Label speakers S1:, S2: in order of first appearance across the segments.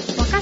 S1: 阪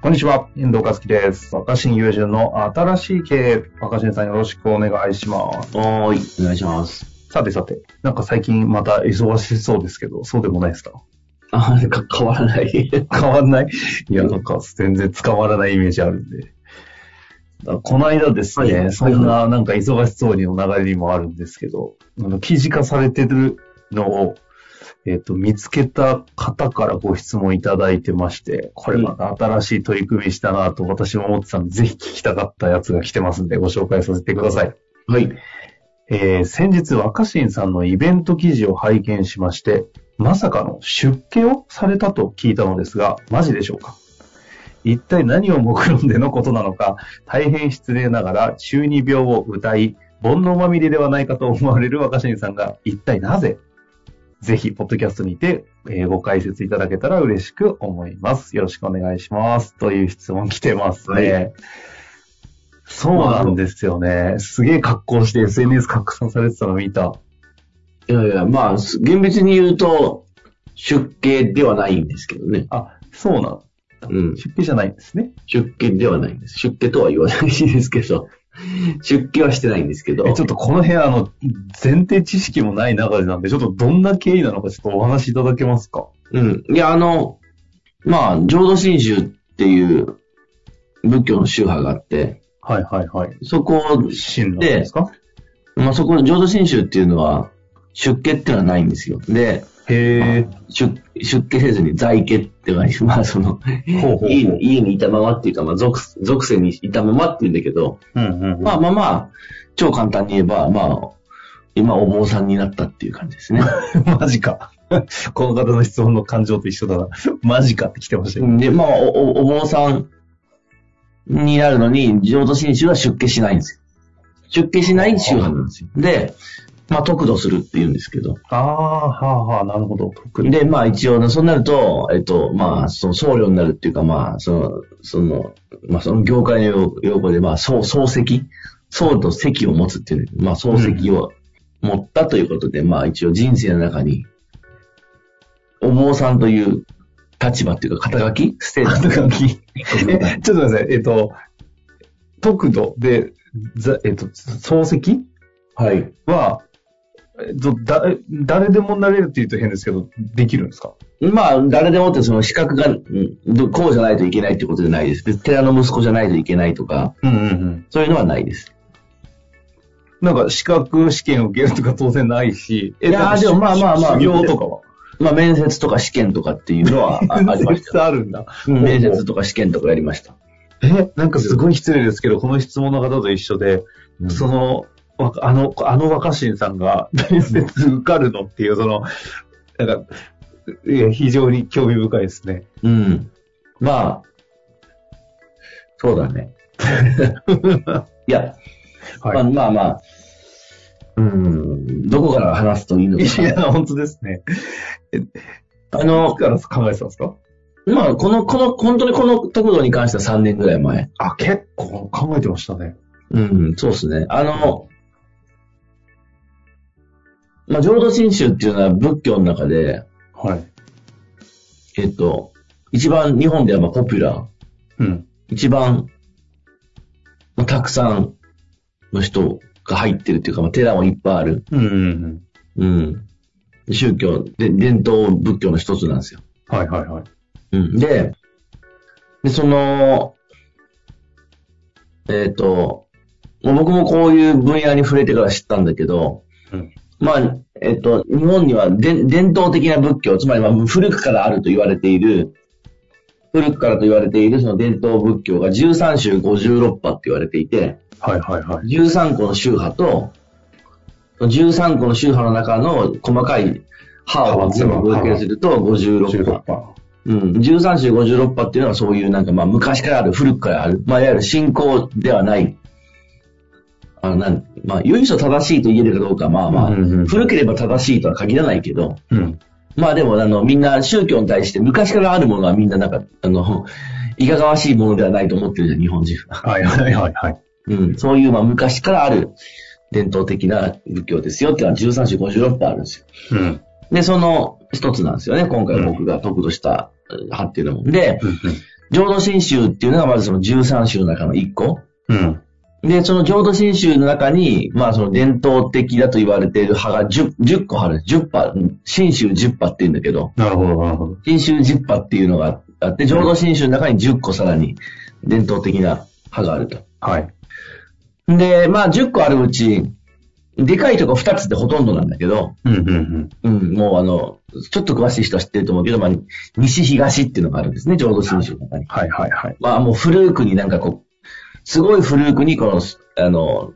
S2: こんにちは、遠藤和樹です。若新友人の新しい経営、若新さんよろしくお願いします。
S3: はーい、お願いします。
S2: さてさて、なんか最近また忙しそうですけど、そうでもないですか
S3: あー、か変わらない。
S2: 変わんないいや、なんか全然捕まらないイメージあるんで。だからこの間ですね、
S3: はい
S2: そんななんか忙しそうにの流れにもあるんですけど、あの記事化されてるのを、えっ、と、見つけた方からご質問いただいてまして、これまた新しい取り組みしたなと私も思ってたんで、ぜひ聞きたかったやつが来てますんで、ご紹介させてください。
S3: はい。
S2: えー先日若新さんのイベント記事を拝見しまして、まさかの出家をされたと聞いたのですが、マジでしょうか一体何を目論んでのことなのか、大変失礼ながら中二病を歌い、煩悩まみれではないかと思われる若新さんが、一体なぜぜひ、ポッドキャストにて、えーご解説いただけたら嬉しく思います。よろしくお願いします。という質問来てますね。
S3: は
S2: そうなんですよね。すげえ格好して SNS 拡散されてたの見た。
S3: いやいや、まあ、す厳密に言うと、出家ではないんですけどね。
S2: あ、そうな
S3: うん
S2: の。。出家じゃないんですね。
S3: 出家ではないんです。出家とは言わないですけど、 出家はしてないんですけど
S2: え、ちょっとこの辺、あの、前提知識もない中でなんで、ちょっとどんな経緯なのかちょっとお話しいただけますか
S3: うん。いや、あの、まあ、浄土真宗っていう仏教の宗派があって、
S2: はいはいはい。
S3: そこ
S2: 真のですか
S3: まあ、そこの浄土真宗っていうのは、出家っていうのはないんですよ。で、
S2: へえ。
S3: 出出家せずに在家ってのは、 まあ、その、
S2: ほうほうほう。
S3: 家に家にいたままっていうか、まあ、属属性にいたままっていうんだけど、
S2: うんうんうん。
S3: まあまあまあ、超簡単に言えば、まあ、今お坊さんになったっていう感じで すね。
S2: マジか。 この方の質問の感情と一緒だな。マジかって来てましたよ。
S3: で、まあ、おおお坊さんになるのに、浄土真宗は出家しないんですよ。出家しない宗派なんですよ。で、まあ、得度するって言うんですけど。
S2: ああ、はあはあ、なるほど。特に。
S3: で、まあ一応ね、そうなると、えっと、まあ、その僧侶になるっていうか、まあ、その、その、まあその業界の用用語で、まあ、僧、僧席僧と席を持つっていうね、まあ、僧席を持ったということで、まあ一応人生の中に、お坊さんという立場っていうか、肩書きステージ。
S2: 肩書き。え、ちょっと待ってください。えっと、特度で、ざえっと、漱石
S3: はい。
S2: は、えっと、だ、誰でもなれるって言うと変ですけど、できるんですか
S3: まあ、誰でもってその資格が、うんどこうじゃないといけないってことじゃないです。別に寺の息子じゃないといけないとか、
S2: うんうんうん。
S3: そういうのはないです。
S2: なんか、資格試験を受けるとか当然ないし、え
S3: いやー
S2: なんか
S3: でもまあまあまあ
S2: 修行とかは。
S3: まあ、面接とか試験とかっていうのは あありました。
S2: た。あるんだ。
S3: 面接とか試験とかやりました。
S2: え、なんかすごい失礼ですけど、この質問の方と一緒で、その、わあの、あの若新さんが面接受かるのっていう、その、なんか、いや非常に興味深いですね。
S3: うん。まあ、そうだ ね。いや、
S2: はい。
S3: まあまあまあ、うん、どこから話すといいのか
S2: いや、本当ですね。
S3: あ
S2: い
S3: の
S2: つ、から考えてたんですか
S3: まあ、この、この、本当にこの特度に関しては3年ぐらい前。
S2: あ、結構考えてましたね。
S3: うん、そうですね。あの、まあ、浄土真宗っていうのは仏教の中で、
S2: はい。
S3: えっと、一番日本ではまあポピュラー。
S2: うん。
S3: 一番、まあ、たくさんの人が入ってるっていうか、まあ、寺もいっぱいある。
S2: うんうんうん。
S3: うん。宗教、で伝統仏教の一つなんですよ。
S2: はいはいはい。
S3: うん。で、で、その、えっ、と、もう僕もこういう分野に触れてから知ったんだけど、
S2: うん
S3: まあ、えっ、と、日本にはで伝統的な仏教、つまりまあ古くからあると言われている、古くからと言われているその伝統仏教が13宗56派って言われていて、
S2: はいはいはい。
S3: 13個の宗派と、13個の宗派の中の細かい派を全部合計すると56派。
S2: 16%。
S3: うん、13種56派っていうのはそういうなんかまあ昔からある、古くからある、まあいわゆる信仰ではない、あのなんまあ由緒正しいと言えるかどうか、まあまあ、
S2: うんうんうん
S3: 古ければ正しいとは限らないけど、
S2: うん。
S3: まあでもあのみんな宗教に対して昔からあるものはみんななんか、あの、いかがわしいものではないと思ってるじゃん、日本人は。
S2: はいはいはいはい。
S3: うん、そういうまあ昔からある伝統的な仏教ですよっていうのは13種56派あるんですよ。
S2: うん。
S3: で、その一つなんですよね。今回僕が得とした派っていうのも。で、
S2: うん
S3: 浄土真宗っていうのがまずその13宗の中の1個。
S2: うん。うん。
S3: で、その浄土真宗の中に、まあその伝統的だと言われている派が 10, 10個ある。10派、真宗10派って言うんだけど、
S2: なるほどなるほど。
S3: 真宗10派っていうのがあって、浄土真宗の中に10個さらに伝統的な派があると。
S2: はい。
S3: で、まあ10個あるうち、でかいとこ2つってほとんどなんだけど、
S2: うんうんうん。
S3: うん、もうあの、ちょっと詳しい人は知ってると思うけど、まあ、西東っていうのがあるんですね、浄土真宗の中に。
S2: はいはいはい。
S3: まあもう古くになんかこう、すごい古くにこの、あの、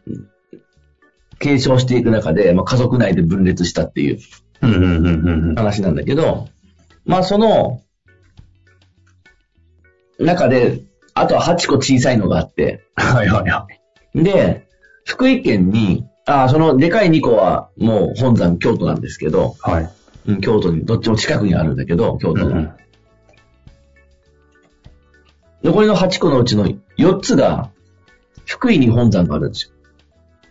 S3: 継承していく中で、まあ家族内で分裂したっていう
S2: うんうんうんうんうん。
S3: 話なんだけど、まあその、中で、あとは8個小さいのがあって、
S2: はいはいはい。
S3: で、福井県に、ああ、そのでかい2個はもう本山京都なんですけど、
S2: はい。
S3: うん京都に、どっちも近くにあるんだけど、京
S2: う
S3: 都
S2: んう
S3: の
S2: ん。
S3: 残りの8個のうちの4つが、福井に本山があるんですよ。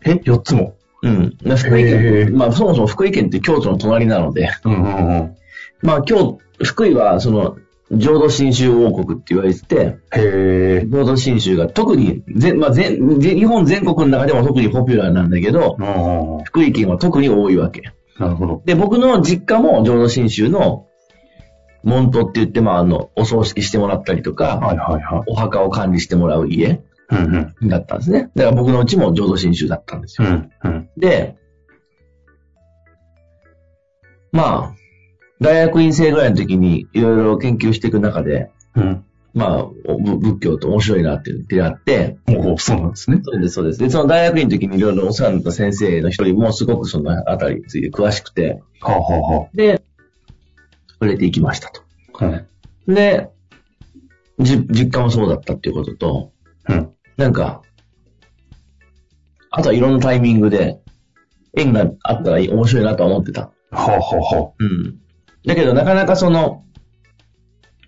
S2: え、4つも
S3: うん。で福井
S2: へー
S3: 県、まあそもそも福井県って京都の隣なので、
S2: うんうんうん。
S3: まあ京、福井はその、浄土真宗王国って言われてて、
S2: へえ。
S3: 浄土真宗が特に、ぜまあ、ぜ日本全国の中でも特にポピュラーなんだけど
S2: う、んうんうん。
S3: 福井県は特に多いわけ。
S2: なるほど。
S3: で、僕の実家も浄土真宗の、門徒って言って、まあ、あの、お葬式してもらったりとか、
S2: はいはいはい。
S3: お墓を管理してもらう家
S2: うんうん。
S3: だったんですね。だから僕のうちも浄土真宗だったんです
S2: う
S3: よ。
S2: んうん。
S3: で、まあ、大学院生ぐらいの時にいろいろ研究していく中で、
S2: うん。
S3: まあ、おぶ仏教って面白いなって出会って、
S2: おお、そうなんですね。
S3: そうです、そうです。で、その大学院の時にいろいろお世話になった先生の一人もすごくそのあたりについて詳しくて、
S2: はあはあは
S3: で、触れていきましたと。
S2: あ。うん。
S3: で、じ実家もそうだったっていうことと、
S2: うん。
S3: なんか、あとはいろんなタイミングで、縁があったら面白いなとは思ってた。
S2: はあはあは
S3: うん。だけど、なかなかその、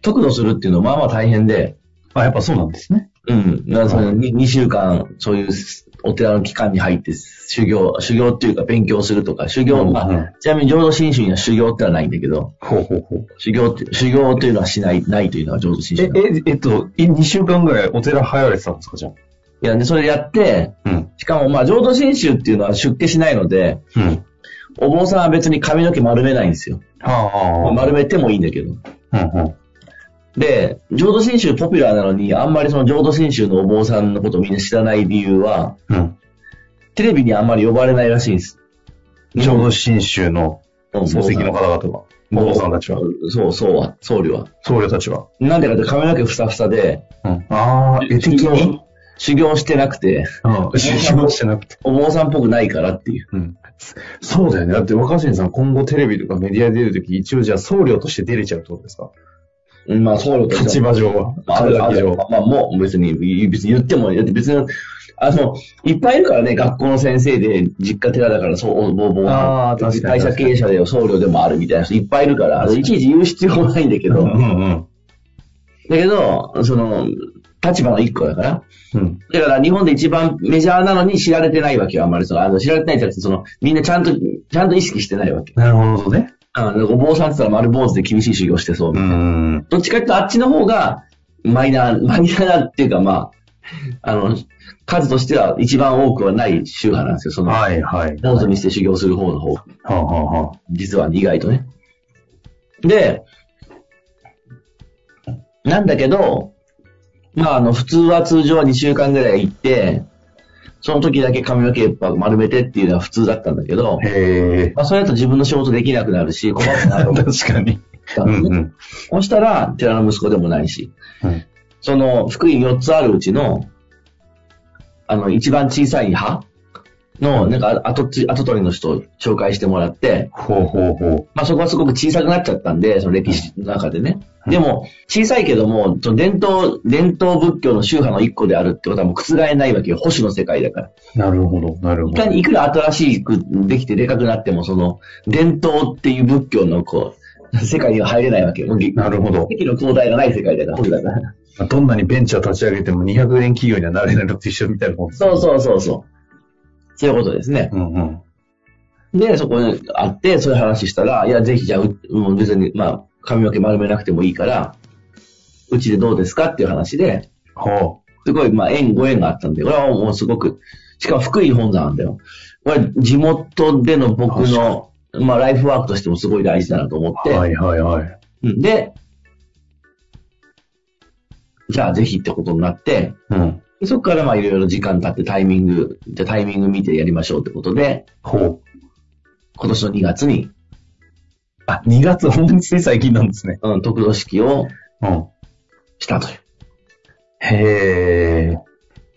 S3: 得度するっていうのはまあまあ大変で、
S2: あ。あ、やっぱそうなんですね。
S3: うん。だからその
S2: はい
S3: に 2, 週間、そういうお寺の期間に入って修行、修行っていうか勉強するとか、修行、
S2: うんうん
S3: まあ、ちなみに浄土真宗には修行ってのはないんだけど、
S2: ほうほうほう。
S3: 修行って、修行というのはしない、ないというのは浄土真
S2: え
S3: 宗なの。い、
S2: え、えっと、い2週間ぐらいお寺入られてたんですか、じゃ
S3: や、で、それやって、
S2: あ。うん。
S3: しかもまあ浄土真宗っていうのは出家しないので、
S2: うん。
S3: お坊さんは別に髪の毛丸めないんですよ。
S2: はあ
S3: まあ
S2: は
S3: 丸めてもいいんだけど。
S2: あ。うんうん。
S3: で、浄土真宗ポピュラーなのに、あんまりその浄土真宗のお坊さんのことをみんな知らない理由は、
S2: うん。
S3: テレビにあんまり呼ばれないらしいんです。
S2: 浄土真宗の
S3: お坊さ
S2: 漱
S3: ん
S2: 石の方々は、お坊さんたちは、
S3: そう、そうは、僧侶は。
S2: 僧侶たちは。
S3: なんでかって髪の毛ふさふさで、
S2: うん。ああ、絵的
S3: 修
S2: に
S3: 行修行してなくて、
S2: うん。修行してなくて。
S3: お坊さんっぽくないからっていう。
S2: うん。そうだよね。だって若新さん、今後テレビとかメディア出るとき、一応じゃあ僧侶として出れちゃうってことですか
S3: うんまあ、僧侶として
S2: 立
S3: も。
S2: 場上は。
S3: まあ、あるあ
S2: 肩書き上。
S3: るまあ、もう別に、別に言ってもいい、だって別に、あの、いっぱいいるからね、学校の先生で、実家寺だから、そう、お坊坊
S2: ああ確かに
S3: 会社経営者で僧侶でもあるみたいな人いっぱいいるから、いちいち言う必要ないんだけ
S2: う
S3: ど、だ
S2: んうん
S3: けど、その、立場の一個だから、
S2: うん。
S3: だから日本で一番メジャーなのに知られてないわけよ、あんまりその、あの知られてないってやつ、その、みんなちゃんと、ちゃんと意識してないわけ。
S2: なるほどね。
S3: あのお坊さんって言ったら丸坊主で厳しい修行してそう。
S2: うん。
S3: どっちかっていうとあっちの方が、マイナー、 マイナーなっていうか、まあ、あの、数としては一番多くはない宗派なんですよ。その、
S2: はいはい。
S3: 坊主にして修行する方の方が。
S2: はあ、はあはあ、
S3: 実はね、意外とね。で、なんだけど、まあ、あの、普通は通常は2週間ぐらい行って、その時だけ髪の毛やっぱ丸めてっていうのは普通だったんだけど、
S2: へえ。
S3: まあ、それだと自分の仕事できなくなるし、困るなと思っ
S2: 確かに。
S3: た
S2: うん
S3: です
S2: んう
S3: ね。
S2: ん。
S3: そしたら、寺の息子でもないし、
S2: うん
S3: その、福井4つあるうちの、あの、一番小さい派の、なんか、後つ、後取りの人を紹介してもらって、
S2: ほうほうほ
S3: まあそこはすごく小さくなっちゃったんで、その歴史の中でね。でも、小さいけども、その伝統、伝統仏教の宗派の一個であるってことはもう覆えないわけよ。保守の世界だから。
S2: う。なるほど、なるほ
S3: い
S2: ど
S3: か。に、いくら新しくできてでかくなっても、その、伝統っていう仏教のこう、世界には入れないわけよ。もうぎ
S2: なるほど。
S3: 劇の交代がない世界だから、本だから。
S2: どんなにベンチャー立ち上げても200円企業にはなれないのと一緒みたいなもんです。
S3: そうそうそうそう。そういうことですね。
S2: うんうん。
S3: で、そこに会って、そういう話したら、いや、ぜひじゃあ、ううん別に、まあ、髪の毛丸めなくてもいいから、うちでどうですかっていう話で、
S2: ほ
S3: すごい、まあ、縁、ご縁があったんで、俺はもうすごく、しかも福井本山なんだよ。俺、地元での僕の、まあ、ライフワークとしてもすごい大事だなと思っ
S2: う。
S3: て、
S2: はいはいはい。
S3: うんで、じゃあ、ぜひってことになって、
S2: うん。
S3: でそこからまあ、いろいろ時間経ってタイミング、じゃあタイミング見てやりましょうってことで、
S2: ほう。
S3: 今年の2月に、
S2: あ、2月、本当につい最近なんですね。
S3: うん、特同式を
S2: うん。
S3: したという。
S2: へえ。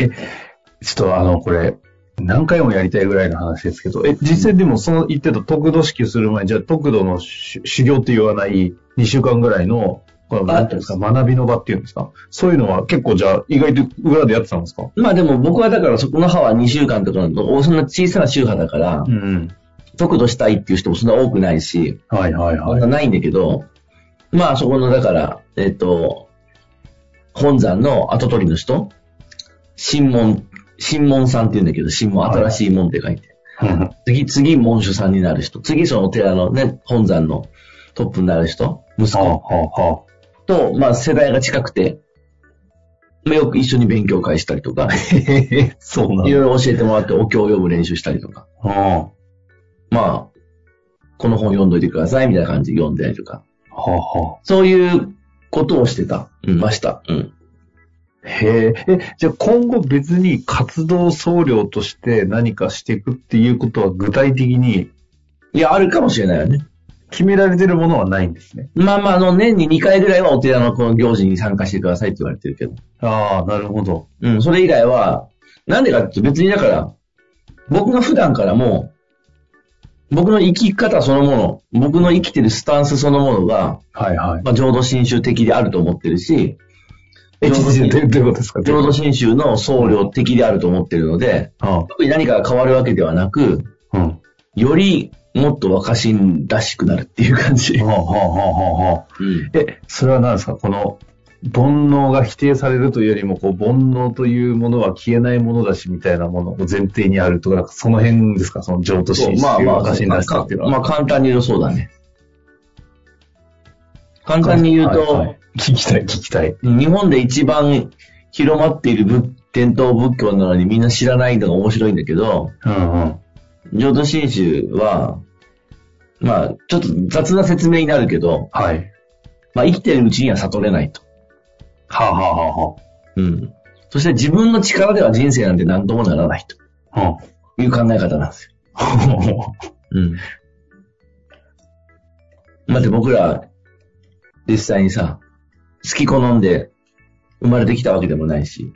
S2: え、ちょっとあの、これ、何回もやりたいぐらいの話ですけど、え、実際でもその言ってた特度式する前に、じゃあ特度のし修行って言わない2週間ぐらいの、この、
S3: あ
S2: なんていうんですか、学びの場っていうんですかそういうのは結構じゃあ意外と裏でやってたんですか
S3: まあでも僕はだからそこの歯は2週間とかの、そんな小さな宗派だから、
S2: んうん。
S3: 得度したいっていう人もそんな多くないし、
S2: はいはい
S3: そ
S2: は
S3: ん
S2: い。
S3: なないんだけど、まあそこのだから、えっ、と、本山の後取りの人、新門、新門さんって言うんだけど、新門、
S2: はい
S3: 新しい門って書いて。次、次、門主さんになる人。次、そのお寺のね、本山のトップになる人、息
S2: はあ
S3: 子
S2: はあは
S3: と、まあ世代が近くて、まあよく一緒に勉強会したりと
S2: あ。
S3: か、
S2: へへへ、そうないの
S3: ろいろ教えてもらってお経を読む練習したりとか。
S2: うん。は
S3: まあ、この本読んどいてくださいみたいな感じで読んでとか。
S2: あは
S3: そういうことをしてた。うん、ました。うん。
S2: あ。へえ。え、じゃあ今後別に活動総量として何かしていくっていうことは具体的に
S3: いや、あるかもしれないよね。
S2: 決められてるものはないんですね。
S3: まあまあ、あの、年に2回ぐらいはお寺のこの行事に参加してくださいって言われてるけど。
S2: ああ、なるほど。
S3: うん、それ以外は、なんでかっていうと別にだから、僕が普段からもう、僕の生き方そのもの、僕の生きてるスタンスそのものが、
S2: はいはい。
S3: まあ、浄土真宗的であると思ってるし、
S2: え、ちょっと
S3: 浄土真
S2: どういうことですか
S3: 浄土真宗の僧侶的であると思ってるので、
S2: あ
S3: 特に何かが変わるわけではなく、
S2: あ、うん。は
S3: よりもっと若新らしくなるっていう感じ。
S2: あはあはあはあはあ。
S3: うん。
S2: え、それは何ですかこの、煩悩が否定されるというよりも、こう、煩悩というものは消えないものだし、みたいなものを前提にあるとか、なんかその辺ですかその浄土真宗
S3: まあまあ、
S2: 若新らしさっていうのは。
S3: まあ簡単に言うとそうだね。簡単に言うと、
S2: はいはい聞きたい、聞きたい。
S3: 日本で一番広まっている仏伝統仏教なのにみんな知らないのが面白いんだけど、
S2: うんうん。
S3: 浄土真宗は、まあ、ちょっと雑な説明になるけど、
S2: はい。
S3: まあ生きてるうちには悟れないと。
S2: はあ、はあは
S3: うん。そして自分の力では人生なんて何ともならないと
S2: あは
S3: いう考え方なんですよ。
S2: あ、うん。
S3: うん。だって僕ら、実際にさ、好き好んで生まれてきたわけでもないし、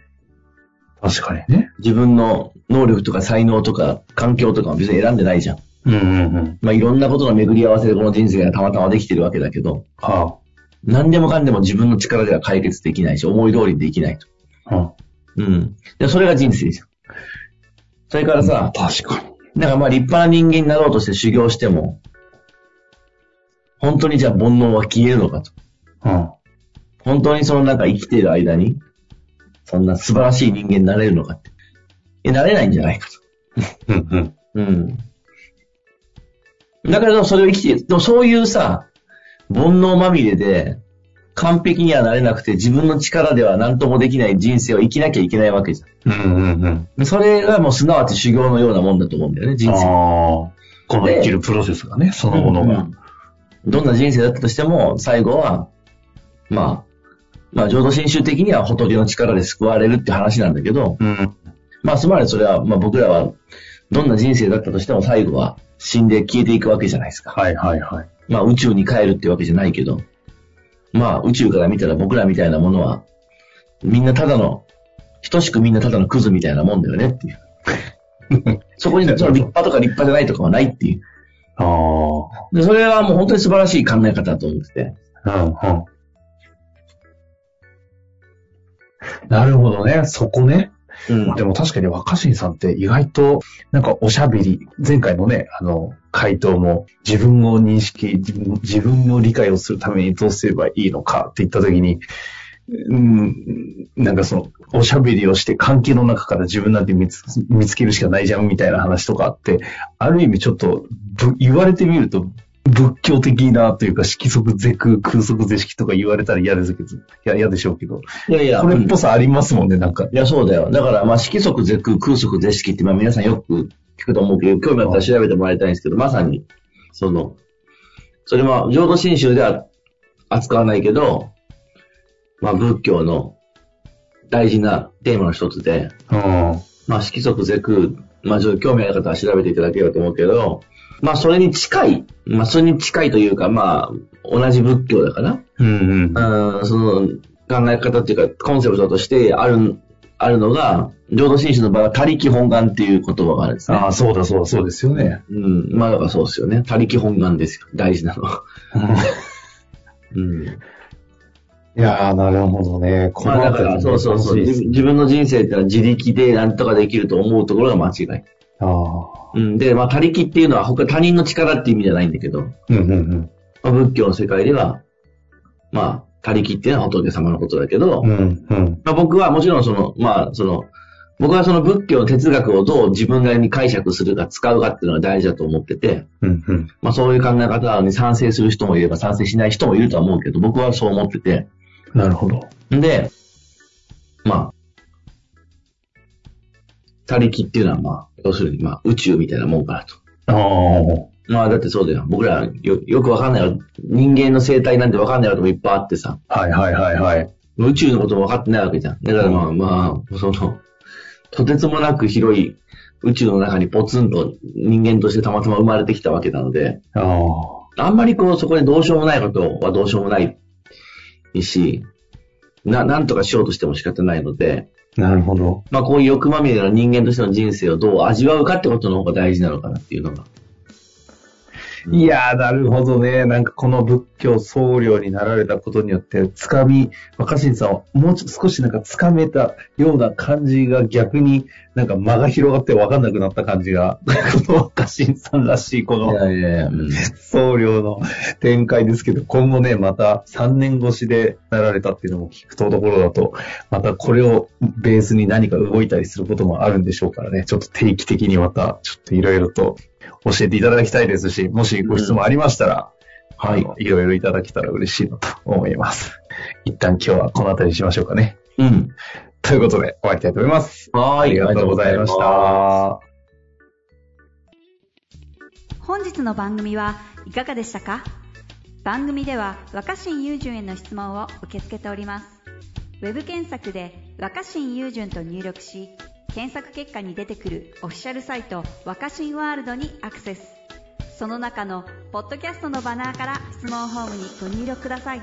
S2: 確かにね。
S3: 自分の能力とか才能とか環境とかも別に選んでないじゃん。
S2: うんうんうん。
S3: まあいろんなことの巡り合わせでこの人生がたまたまできてるわけだけど、
S2: は
S3: 何でもかんでも自分の力では解決できないし、思い通りにできないと。
S2: あ。うん。
S3: うん。でそれが人生じゃん。それからさ、
S2: 確かに。
S3: なんかまあ立派な人間になろうとして修行しても、本当にじゃあ煩悩は消えるのかと。
S2: うん。
S3: 本当にそのなんか生きている間に、そんな素晴らしい人間になれるのかって。え、なれないんじゃないか
S2: う
S3: と。
S2: んうん。
S3: うん。だけどそれを生きている。でもそういうさ、煩悩まみれで、完璧にはなれなくて自分の力では何ともできない人生を生きなきゃいけないわけじゃん
S2: うんうんうん。
S3: で。それがもうすなわち修行のようなもんだと思うんだよね、人
S2: ああ
S3: 生。
S2: この生きるプロセスがね、そのものが。
S3: うんどんな人生だったとしても、最後は、まあ、まあ、浄土真宗的には仏の力で救われるって話なんだけど、
S2: うん。
S3: まあ、つまりそれは、まあ僕らは、どんな人生だったとしても最後は死んで消えていくわけじゃないですか。
S2: はいはいはい。
S3: まあ、宇宙に帰るってわけじゃないけど、まあ、宇宙から見たら僕らみたいなものは、 みんなただの、等しくみんなただのクズみたいなもんだよねっていう。そこにその立派とか立派じゃないとかはないっていう。
S2: ああ。
S3: で、それはもう本当に素晴らしい考え方だと思ってて。
S2: うんうん。なるほどね。そこね。
S3: うん
S2: でも確かに若新さんって意外と、なんかおしゃべり、前回のね、あの、回答も、自分を認識、自分自分の理解をするためにどうすればいいのかって言った時に、うん、なんかその、おしゃべりをして関係の中から自分なんて見つ見つけるしかないじゃんみたいな話とかあって、ある意味ちょっと、ぶ言われてみると、仏教的なというか、色即是空、空即是色とか言われたら嫌ですけど、いや嫌でしょうけど、
S3: いやいや、
S2: これっぽさありますもんね、なんか。
S3: いや、そうだよ。だから、まあ、色即是空、空即是色って、まあ、皆さんよく聞くと思うけど、興味あったら調べてもらいたいんですけど、まさに、その、それは、浄土真宗では扱わないけど、まあ、仏教の大事なテーマの一つで、
S2: うん。
S3: まあ、色即是空、まあ、ちょっと興味ある方は調べていただければと思うけど、まあ、それに近い、まあ、それに近いというか、まあ、同じ仏教だから、
S2: うんうん。
S3: うんその考え方っていうか、コンセプトとしてある、あるのが、浄土真宗の場合は、他力本願っていう言葉があるんですね。
S2: ああ、そうだそうだ、そうですよね。
S3: うん。まあ、だからそうですよね。他力本願ですよ。大事なのは。うん。
S2: いやー、なるほどね。こ
S3: まあ、だから、そうそうそう。自自分の人生ってのは自力でなんとかできると思うところが間違い。
S2: ああ。
S3: うん。で、まあ、他力っていうのは他、他人の力っていう意味じゃないんだけど、
S2: うんうんうん。
S3: まあ、仏教の世界では、まあ、他力っていうのは仏様のことだけど、
S2: うんうん。
S3: まあ、僕はもちろんその、まあ、その、僕はその仏教の哲学をどう自分なりに解釈するか使うかっていうのが大事だと思ってて、
S2: うんうん。
S3: まあそういう考え方に賛成する人もいれば賛成しない人もいるとは思うけど、僕はそう思ってて。
S2: なるほど。
S3: んで、まあ、他力っていうのはまあ、要するにまあ宇宙みたいなもんかなと。
S2: ああ。
S3: まあだってそうだよ。僕らよよくわかんないよ。人間の生態なんてわかんないこともいっぱいあってさ。
S2: はいはいはいはい。
S3: 宇宙のことも分かってないわけじゃん。だからまあまあ、その、 とてつもなく広い宇宙の中にポツンと人間としてたまたま生まれてきたわけなので、
S2: ああ。
S3: あんまりこうそこでどうしようもないことはどうしようもないし、な、なんとかしようとしても仕方ないので、
S2: なるほど。
S3: まあこういう欲まみれの人間としての人生をどう味わうかってことの方が大事なのかなっていうのが。
S2: いやー、なるほどね。なんかこの仏教僧侶になられたことによって、つかみ、若新さんはもうちょっと少しなんかつかめたような感じが逆になんか間が広がってわかんなくなった感じが、 この若新さんらしい、この。
S3: やいやいや、うん。
S2: 送料の展開ですけど、今後ね、また3年越しでなられたっていうのも聞くところだと、またこれをベースに何か動いたりすることもあるんでしょうからね、ちょっと定期的にまた、ちょっといろいろと教えていただきたいですし、もしご質問ありましたら、
S3: うん
S2: はい、いろいろいただけたら嬉しいなと思います。一旦今日はこの辺りにしましょうかね。
S3: うん。
S2: ということで、終わりたいと思います。
S3: は
S2: あ
S3: い。
S2: りがとうございまし
S3: ありがとうございます
S2: た。
S1: 本日の番組はいかがでしたか番組では若新雄純への質問を受け付けておりますウェブ検索で「若新雄純」と入力し検索結果に出てくるオフィシャルサイト「若新ワールド」にアクセスその中の「ポッドキャスト」のバナーから質問ホームにご入力ください